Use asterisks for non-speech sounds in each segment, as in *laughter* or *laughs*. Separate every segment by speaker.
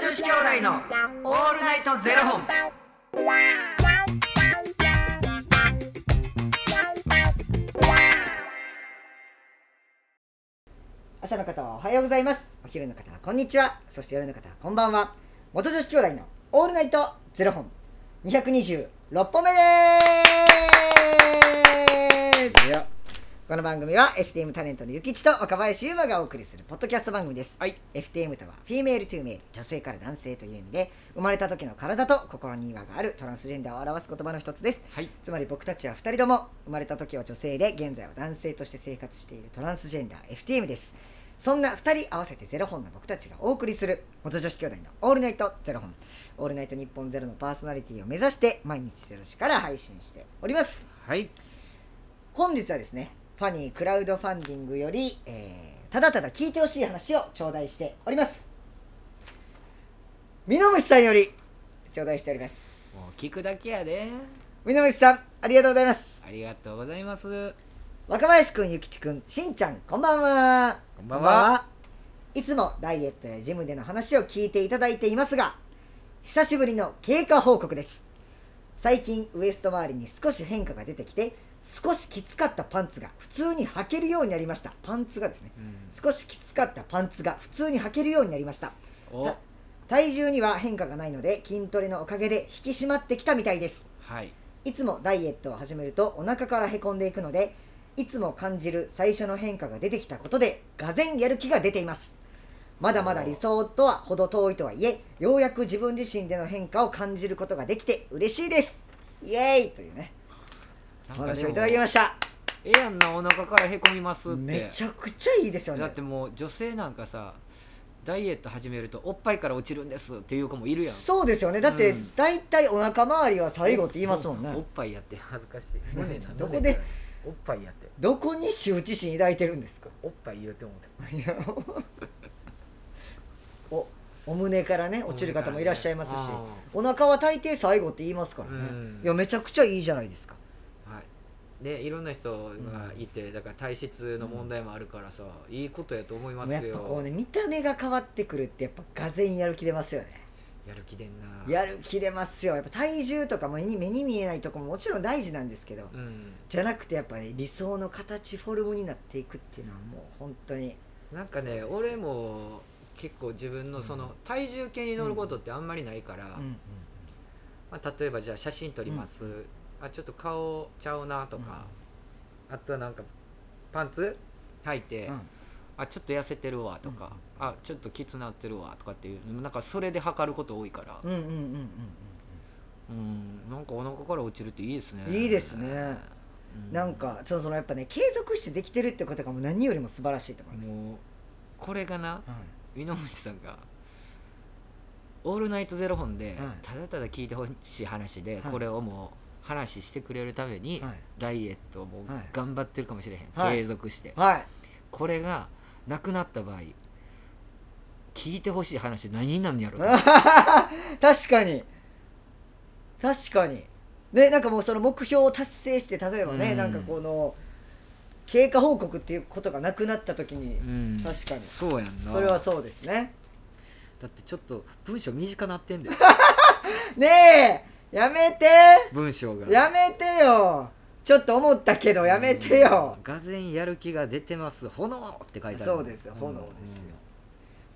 Speaker 1: 子兄弟のオールナイトゼロ本。
Speaker 2: 朝の方はおはようございますお昼の方はこんにちはそして夜の方はこんばんは元女子兄弟のオールナイトゼロ本226本目です
Speaker 1: いや、
Speaker 2: この番組は FTM タレントのゆきちと若林優馬がお送りするポッドキャスト番組です、
Speaker 1: はい、
Speaker 2: FTM とはフィメールトゥーメール女性から男性という意味で生まれた時の体と心に違和があるトランスジェンダーを表す言葉の一つです
Speaker 1: はい、
Speaker 2: つまり僕たちは2人とも生まれた時は女性で現在は男性として生活しているトランスジェンダー FTM ですそんな2人合わせてゼロ本の僕たちがお送りする元女子兄弟の「オールナイトゼロ本」「オールナイト日本ゼロのパーソナリティを目指して毎日ゼロ時から配信しております
Speaker 1: はい、
Speaker 2: 本日はですねファニークラウドファンディングより、えーただただ聞いてほしい話を頂戴しております水虫さんより頂戴しております
Speaker 1: もう聞くだけやで。
Speaker 2: 水虫さんありがとうございます
Speaker 1: ありがとうございます。
Speaker 2: 若林くん、ゆきちくん、しんちゃん、こんばんは。
Speaker 1: こんばんは
Speaker 2: いつもダイエットやジムでの話を聞いていただいていますが、久しぶりの経過報告です。最近、ウエスト周りに少し変化が出てきて、少しきつかったパンツが普通に履けるようになりました。パンツがですね。
Speaker 1: うん
Speaker 2: 少しきつかったパンツが普通に履けるようになりました。
Speaker 1: お、
Speaker 2: 体重には変化がないので、筋トレのおかげで引き締まってきたみたいです。
Speaker 1: はい、
Speaker 2: いつもダイエットを始めるとお腹からへこんでいくのでいつも感じる最初の変化が出てきたことでがぜんやる気が出ていますまだまだ理想とは程遠いとはいえようやく自分自身での変化を感じることができて嬉しいですイエーイというねお話
Speaker 1: なんかで
Speaker 2: を
Speaker 1: も
Speaker 2: いただきました
Speaker 1: ええやんな、お腹からへこみますって。
Speaker 2: めちゃくちゃいいですよね
Speaker 1: だってもう女性なんかさ、ダイエット始めるとおっぱいから落ちるんですっていう子もいるやん。
Speaker 2: そうですよねだって
Speaker 1: うん
Speaker 2: 大体お腹周りは最後って言いますもんね、
Speaker 1: おっぱいやって恥ずかしい。胸な
Speaker 2: どこで
Speaker 1: 胸なおっぱいやって。
Speaker 2: どこに羞恥心抱いてるんですか
Speaker 1: おっぱい言うて思って。
Speaker 2: いやお *laughs* おお胸からね落ちる方もいらっしゃいますしお腹は大抵最後って言いますからね、
Speaker 1: うん
Speaker 2: いやめちゃくちゃいいじゃないですか
Speaker 1: はい、でいろんな人がいて、だから体質の問題もあるからさ、いいことやと思います
Speaker 2: もう
Speaker 1: よ
Speaker 2: やっぱこうね見た目が変わってくるってやっぱがぜんやる気出ますよね
Speaker 1: やる気でんな
Speaker 2: やる気出ますよやっぱ体重とかも目に目に見えないとこももちろん大事なんですけど、
Speaker 1: うん、
Speaker 2: じゃなくてやっぱり、理想の形フォルムになっていくっていうのはもう本当に
Speaker 1: なんかね俺も結構自分のその体重計に乗ることってあんまりないから、
Speaker 2: うん
Speaker 1: まあ、例えばじゃあ写真撮ります、
Speaker 2: うん
Speaker 1: あちょっと顔ちゃうなとか、あとなんかパンツ履いて、
Speaker 2: うんうん
Speaker 1: あちょっと痩せてるわとか、あちょっときつなってるわとかっていうなんかそれで測ること多いから、
Speaker 2: うんうんうんうん
Speaker 1: うん、なんかお腹から落ちるっていいですね。
Speaker 2: いいですね
Speaker 1: う
Speaker 2: なんかそのそのやっぱね継続してできてるってことがもう何よりも素晴らしいと思います、
Speaker 1: もうこれがな
Speaker 2: はい
Speaker 1: 井ノ口さんが「オールナイトゼロ本」で
Speaker 2: はい
Speaker 1: ただただ聞いてほしい話
Speaker 2: は
Speaker 1: で
Speaker 2: い
Speaker 1: これをもう話してくれるために
Speaker 2: はい
Speaker 1: ダイエットをもう
Speaker 2: はい
Speaker 1: 頑張ってるかもしれへん
Speaker 2: はい
Speaker 1: 継続して
Speaker 2: はい *laughs*
Speaker 1: これがなくなった場合聞いてほしい話何になんやろうな
Speaker 2: 確かに確かにねなんかもうその目標を達成して例えばね、
Speaker 1: うん
Speaker 2: なんかこの経過報告っていうことがなくなった時に、
Speaker 1: うん
Speaker 2: 確かに
Speaker 1: そうやんな
Speaker 2: それはそうですね
Speaker 1: だってちょっと文章短なって
Speaker 2: *laughs*
Speaker 1: んだよ
Speaker 2: ねえやめて
Speaker 1: 文章が
Speaker 2: やめてよちょっと思ったけどやめてよ、
Speaker 1: うんがぜんやる気が出てます炎って書いてある
Speaker 2: そうですよ炎ですよ、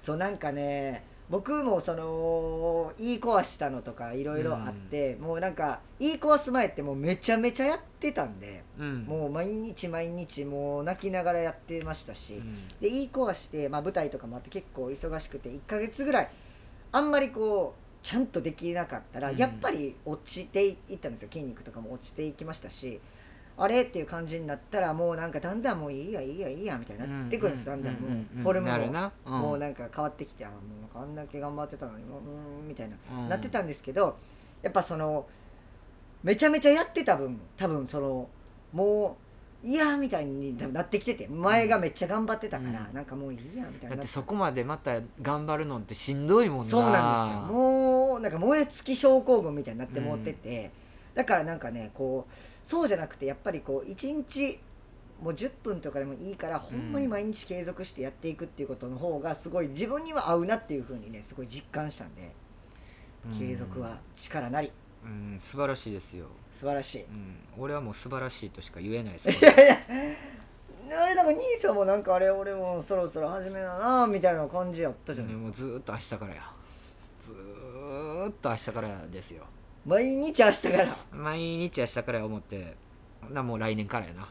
Speaker 2: そうなんかね僕もそのいい壊したのとかいろいろあって、もうなんかいい壊す前ってもうめちゃめちゃやってたんで、
Speaker 1: うん
Speaker 2: もう毎日毎日もう泣きながらやってましたし、
Speaker 1: うん
Speaker 2: でいい壊して、まあ、舞台とかもあって結構忙しくて1ヶ月ぐらいあんまりこうちゃんとできなかったら、
Speaker 1: うん
Speaker 2: やっぱり落ちていったんですよ筋肉とかも落ちていきましたしあれっていう感じになったらもうなんかだんだんもういいやいいやいいやみたいになってくるんです、
Speaker 1: うんうん
Speaker 2: だんだんもう、
Speaker 1: うんうん
Speaker 2: フォルム
Speaker 1: なる
Speaker 2: も、
Speaker 1: な、ん
Speaker 2: もうなんか変わってきてあもうあんだけ頑張ってたのにもううーんみたいな、
Speaker 1: うん
Speaker 2: なってたんですけどやっぱそのめちゃめちゃやってた分多分そのもういやみたいになってきてて前がめっちゃ頑張ってたから、
Speaker 1: うん
Speaker 2: なんかもういいやみたい
Speaker 1: だ
Speaker 2: に
Speaker 1: っ
Speaker 2: な
Speaker 1: てそこまでまた頑張るのってしんどいもんな
Speaker 2: そうなんですよもうなんか燃え尽き症候群みたいになってもってて、だからなんかねこうそうじゃなくてやっぱりこう一日もう10分とかでもいいからほんまに毎日継続してやっていくっていうことの方がすごい自分には合うなっていうふうにねすごい実感したんで継続は力なり
Speaker 1: うん、うん素晴らしいですよ、
Speaker 2: 素晴らしい
Speaker 1: うん、俺はもう素晴らしいとしか言えないです
Speaker 2: いやいやあれなんか兄さんもなんかあれ俺もそろそろ始めななみたいな感じやったじゃないです
Speaker 1: も
Speaker 2: か
Speaker 1: うずーっと明日からやずーっと明日からですよ
Speaker 2: 毎日明日から
Speaker 1: 毎日明日からや思ってなもう来年からやな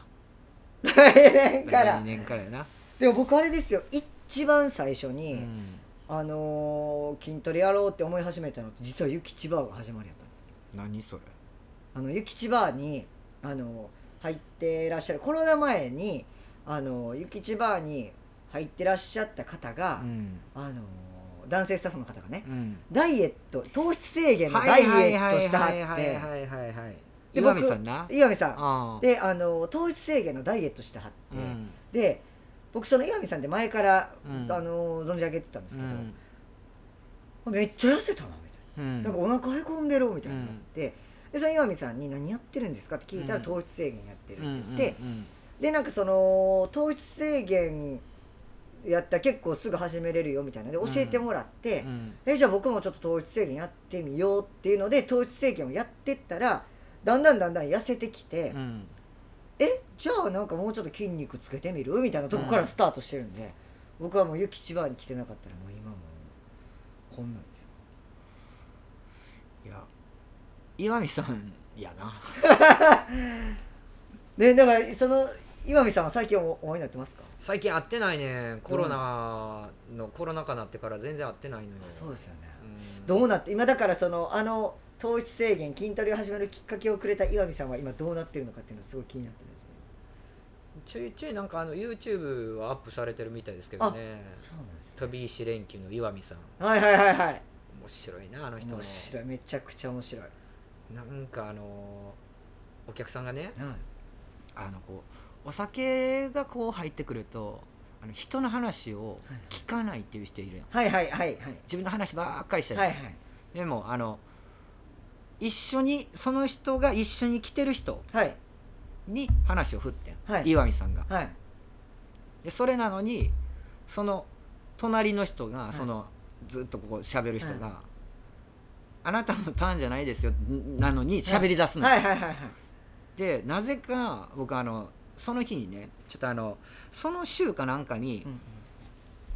Speaker 2: 来年から
Speaker 1: 来年からやな、
Speaker 2: でも僕あれですよ一番最初
Speaker 1: う
Speaker 2: に、
Speaker 1: ん、
Speaker 2: あのー筋トレやろうって思い始めたのって実はユキチバーが始まりやったんですよ
Speaker 1: 何それ
Speaker 2: あのユキチバーに、あのー入ってらっしゃるコロナ前に、あのー、ユキチバーに入ってらっしゃった方が、
Speaker 1: ん、
Speaker 2: あのー男性スタッフの方がね
Speaker 1: うん、
Speaker 2: ダイエット糖質制限のダイエットしたは
Speaker 1: はいは
Speaker 2: っ
Speaker 1: い
Speaker 2: て
Speaker 1: はいはいはい
Speaker 2: で
Speaker 1: 岩
Speaker 2: 僕
Speaker 1: 見さんな
Speaker 2: 岩見さん
Speaker 1: あ
Speaker 2: であの糖質制限のダイエットしてはって、
Speaker 1: うん
Speaker 2: で僕その岩見さんって前から、
Speaker 1: うん
Speaker 2: あの存じ上げてたんです
Speaker 1: う
Speaker 2: けど、
Speaker 1: ん
Speaker 2: めっちゃ痩せたなみ
Speaker 1: うん
Speaker 2: たいな,、なんかお腹へこんでるみたいになって、でその岩見さんに「何やってるんですか?」って聞いたら
Speaker 1: う
Speaker 2: 「
Speaker 1: ん
Speaker 2: 糖質制限やってる」
Speaker 1: うんう
Speaker 2: って言っ
Speaker 1: ん
Speaker 2: て、でなんかその糖質制限やったら結構すぐ始めれるよみたいなので教えてもらって、
Speaker 1: うん
Speaker 2: えじゃあ僕もちょっと糖質制限やってみようっていうので糖質制限をやってったらだんだんだんだん痩せてきて、
Speaker 1: うん
Speaker 2: えじゃあなんかもうちょっと筋肉つけてみるみたいなとこからスタートしてるんで、僕はもう雪千葉に来てなかったらもう今もうこんなんですよ
Speaker 1: いや岩見さんやな
Speaker 2: ねだからその岩見さんは最近おお会いになってますか
Speaker 1: 最近会ってないねコロナの、コロナ禍になってから全然会ってないのよ
Speaker 2: そうですよね
Speaker 1: うん
Speaker 2: どうなって今だからそのあの糖質制限筋トレを始めるきっかけをくれた岩見さんは今どうなってるのかっていうのはすごい気になってるんですね
Speaker 1: ちょいちょいなんかあの YouTube はアップされてるみたいですけどね
Speaker 2: そうなんですね
Speaker 1: 飛び石連休の岩見さん
Speaker 2: はいはいはいはい
Speaker 1: 面白いなあの人も
Speaker 2: 面白いめちゃくちゃ面白い
Speaker 1: なんかあのお客さんがね
Speaker 2: はい
Speaker 1: あのこうお酒がこう入ってくるとあの人の話を聞かないっていう人いるやん
Speaker 2: はいはいはい
Speaker 1: 自分の話ばっかりして
Speaker 2: はい
Speaker 1: る、
Speaker 2: はいはい
Speaker 1: でもあの一緒にその人が一緒に来てる人
Speaker 2: はい
Speaker 1: に話を振ってん、
Speaker 2: はい
Speaker 1: 岩見さんが
Speaker 2: はい
Speaker 1: でそれなのにその隣の人が、
Speaker 2: い
Speaker 1: そのずっとここ喋る人が、
Speaker 2: は
Speaker 1: あなたのターンじゃないですよんなのに喋り出すの、
Speaker 2: はいはいはいはい
Speaker 1: でなぜか僕あのその日にねちょっとあのその週かなんかに
Speaker 2: うん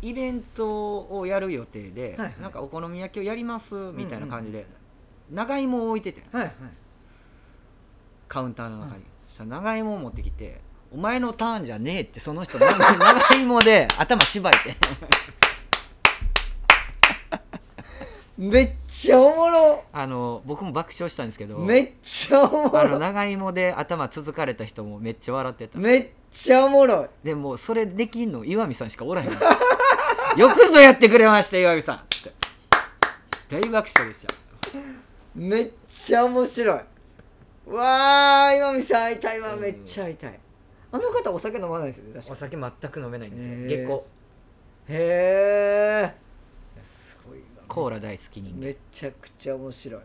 Speaker 1: イベントをやる予定で、
Speaker 2: はいはい
Speaker 1: なんかお好み焼きをやりますみたいな感じで、長芋を置いてて
Speaker 2: はいはい
Speaker 1: カウンターの中に、そしたら長芋を持ってきて「お前のターンじゃねえ」ってその人長長芋で *laughs* 頭縛いて
Speaker 2: めっちゃおもろ
Speaker 1: あの僕も爆笑したんですけど
Speaker 2: めっちゃおも
Speaker 1: あの
Speaker 2: ろ
Speaker 1: 長芋で頭続かれた人もめっちゃ笑ってた
Speaker 2: めっちゃおもろい
Speaker 1: でもそれできんの岩見さんしかおらへん *laughs* よくぞやってくれました岩見さんつって大爆笑でした
Speaker 2: めっちゃ面白いわあ今見さん会いたいわ
Speaker 1: うん
Speaker 2: めっちゃ会いたいあの方お酒飲まないですよね確
Speaker 1: お
Speaker 2: か
Speaker 1: 酒全く飲めないんですよ、
Speaker 2: へえ
Speaker 1: 結構
Speaker 2: へえすごい
Speaker 1: コー
Speaker 2: ラ
Speaker 1: ラ大好き人間、
Speaker 2: めちゃくちゃ面白い
Speaker 1: うん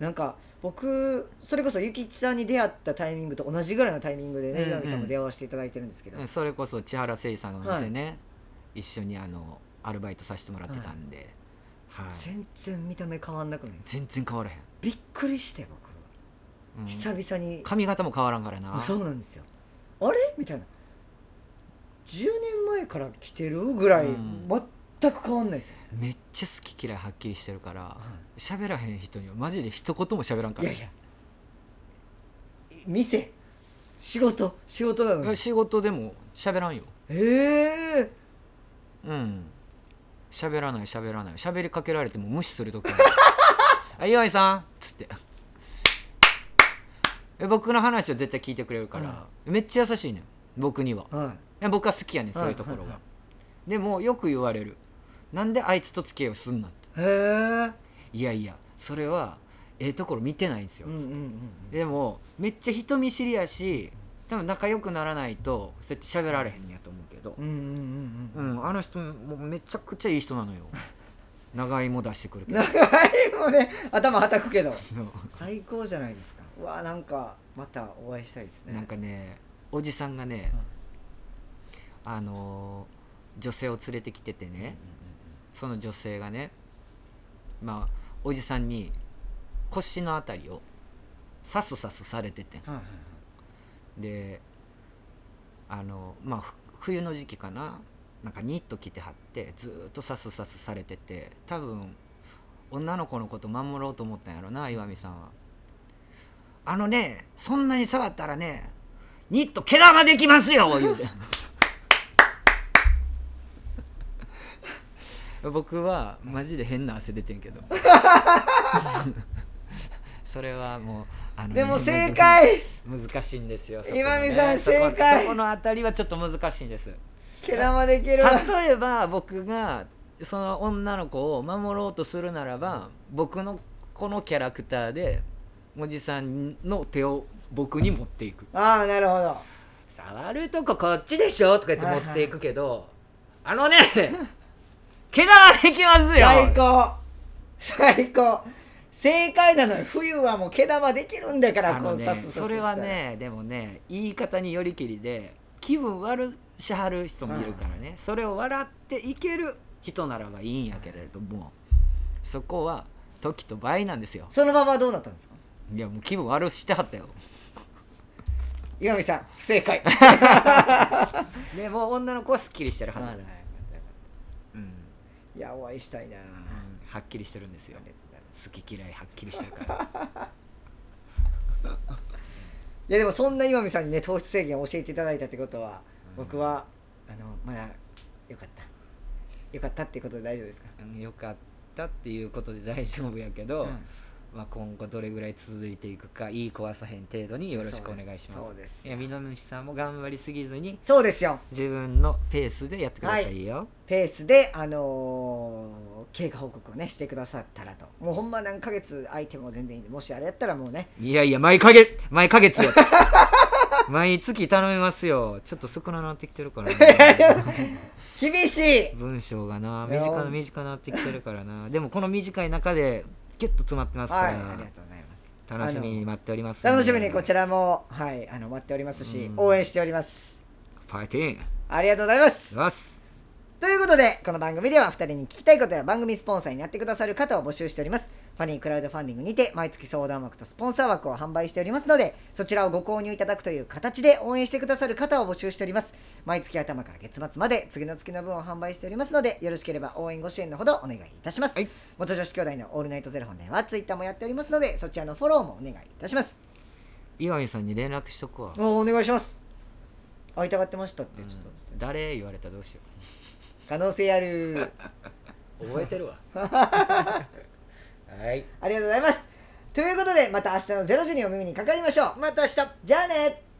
Speaker 2: なんか僕それこそゆきちさんに出会ったタイミングと同じぐらいのタイミングでね
Speaker 1: うんうん
Speaker 2: 岩見さんも出会わせていただいてるんですけど、
Speaker 1: うんそれこそ千原せいさんのお店ね、一緒にあのアルバイトさせてもらってたんで、はい
Speaker 2: 全然見た目変わんなくないですか
Speaker 1: 全然変わらへん、
Speaker 2: びっくりして僕
Speaker 1: うん
Speaker 2: 久々に、
Speaker 1: 髪型も変わらんからな
Speaker 2: そうなんですよあれみたいな10年前から来てるぐらい
Speaker 1: うん
Speaker 2: 全く変わんないですよ、
Speaker 1: めっちゃ好き嫌いはっきりしてるから
Speaker 2: は
Speaker 1: 喋らへん人にはマジで一言も喋らんか
Speaker 2: い、い
Speaker 1: ら
Speaker 2: やいや店仕事仕事なのに
Speaker 1: 仕事でも喋らんよ
Speaker 2: へえ
Speaker 1: うん喋らない喋らない喋りかけられても無視する
Speaker 2: *laughs*
Speaker 1: 時あるあ岩井さんっつってえ僕の話を絶対聞いてくれるから、めっちゃ優しいねん僕には
Speaker 2: はい
Speaker 1: や僕は好きやねんそういうところが、
Speaker 2: はいはいは
Speaker 1: でもよく言われるなんであいつと付き合いをすんなって
Speaker 2: いへえ
Speaker 1: いやいやそれはええところ見てないんですよ、
Speaker 2: うんうんうん
Speaker 1: でもめっちゃ人見知りやし多分仲良くならないとそうやって喋られへんねやと思うけど
Speaker 2: うんうんうんうん
Speaker 1: うん、あの人もめちゃくちゃいい人なのよ長芋出してくるけど
Speaker 2: 長いもね頭はたくけど
Speaker 1: そう
Speaker 2: 最高じゃないですかうわなんかまたお会いしたいですね
Speaker 1: *laughs* なんかねおじさんがね
Speaker 2: うん、
Speaker 1: あのー女性を連れてきててね、その女性がねまあおじさんに腰のあたりをさすさすされてて
Speaker 2: はいはい
Speaker 1: であのまあふ冬の時期かななんかニット着てはってずーっとさすさすされてて多分女の子のこと守ろうと思ったんやろな岩見さんはあのねそんなに触ったらねニット毛玉できますよ言う
Speaker 2: *laughs*
Speaker 1: て僕はマジで変な汗出てん
Speaker 2: *laughs*
Speaker 1: けどそれはもうあのね
Speaker 2: でも正解
Speaker 1: 難しいんですよ。そこ
Speaker 2: 今見さん
Speaker 1: そこ
Speaker 2: 正解
Speaker 1: そこのあたりはちょっと難しいんです。
Speaker 2: 毛玉できる
Speaker 1: 例えば僕がその女の子を守ろうとするならば、僕のこのキャラクターでおじさんの手を僕に持っていく。
Speaker 2: ああなるほど
Speaker 1: 触るとここっちでしょとか言って持っていくけど、あ
Speaker 2: *laughs*
Speaker 1: のね、毛玉できますよ。
Speaker 2: 最高最高正解なのに冬はもう毛玉できるんだから
Speaker 1: あ
Speaker 2: こ
Speaker 1: の
Speaker 2: うさすさ
Speaker 1: ね
Speaker 2: すしたら
Speaker 1: それはねでもね言い方によりきりで気分悪しはる人もいるからね、それを笑っていける人ならばいいんやけれどもそこは時と倍なんですよ
Speaker 2: そのままどうなったんですか
Speaker 1: いやもう気分悪してはったよ
Speaker 2: 岩見さん不正
Speaker 1: *laughs*
Speaker 2: 解
Speaker 1: でもう女の子はすっきりしてるはず、うんうん
Speaker 2: いやお会いしたいな
Speaker 1: はっきりしてるんですよ好き嫌いはっきりしてるから
Speaker 2: いやでもそんな岩見さんにね糖質制限を教えていただいたってことは
Speaker 1: うん
Speaker 2: 僕はあのまだよかったよかったっていうことで大丈夫ですか
Speaker 1: *laughs* うんよかったっていうことで大丈夫やけど、
Speaker 2: うん
Speaker 1: まあ、今後どれぐらい続いていくかいい壊さへん程度によろしくお願いします
Speaker 2: そうですそうです
Speaker 1: いや水虫さんも頑張りすぎずに
Speaker 2: そうですよ
Speaker 1: 自分のペースでやってくださいよ、
Speaker 2: ペースで、あのー経過報告をねしてくださったらともうほんま何ヶ月空いても全然いいんでもしあれやったらもうね
Speaker 1: い、やいや毎か月毎か月よ *laughs* 毎月頼みますよちょっと少なくなってきて
Speaker 2: *laughs*
Speaker 1: るからな
Speaker 2: 厳しい
Speaker 1: 文章がない
Speaker 2: や
Speaker 1: 短な短なってきてるからなでもこの短い中でギュッと詰まってますか
Speaker 2: は
Speaker 1: ら
Speaker 2: い、ありが、とうございます
Speaker 1: 楽しみに待っておりますんで
Speaker 2: 楽しみにこちらも、はい、あの待っておりますし、
Speaker 1: うん
Speaker 2: 応援しております
Speaker 1: ファイティング
Speaker 2: ありがとうございます
Speaker 1: ます
Speaker 2: ということで、この番組では2人に聞きたいことや番組スポンサーになってくださる方を募集しております。ファニークラウドファンディングにて毎月相談枠とスポンサー枠を販売しておりますので、そちらをご購入いただくという形で応援してくださる方を募集しております。毎月頭から月末まで次の月の分を販売しておりますので、よろしければ応援ご支援のほどお願いいたします。
Speaker 1: はい
Speaker 2: 元女子兄弟のオールナイトゼロ本ではツイッターもやっておりますので、そちらのフォローもお願いいたします。
Speaker 1: 岩見さんに連絡しとくわ
Speaker 2: おお願いします。会いたがってましたってちょっと伝えて、
Speaker 1: 誰言われたらどうしよ
Speaker 2: 可能性ある。
Speaker 1: う覚えて
Speaker 2: *laughs*
Speaker 1: るわ *laughs* はい
Speaker 2: ありがとうございます。ということで、また明日の0時にお耳にかかりましょう。また明日。じゃあね。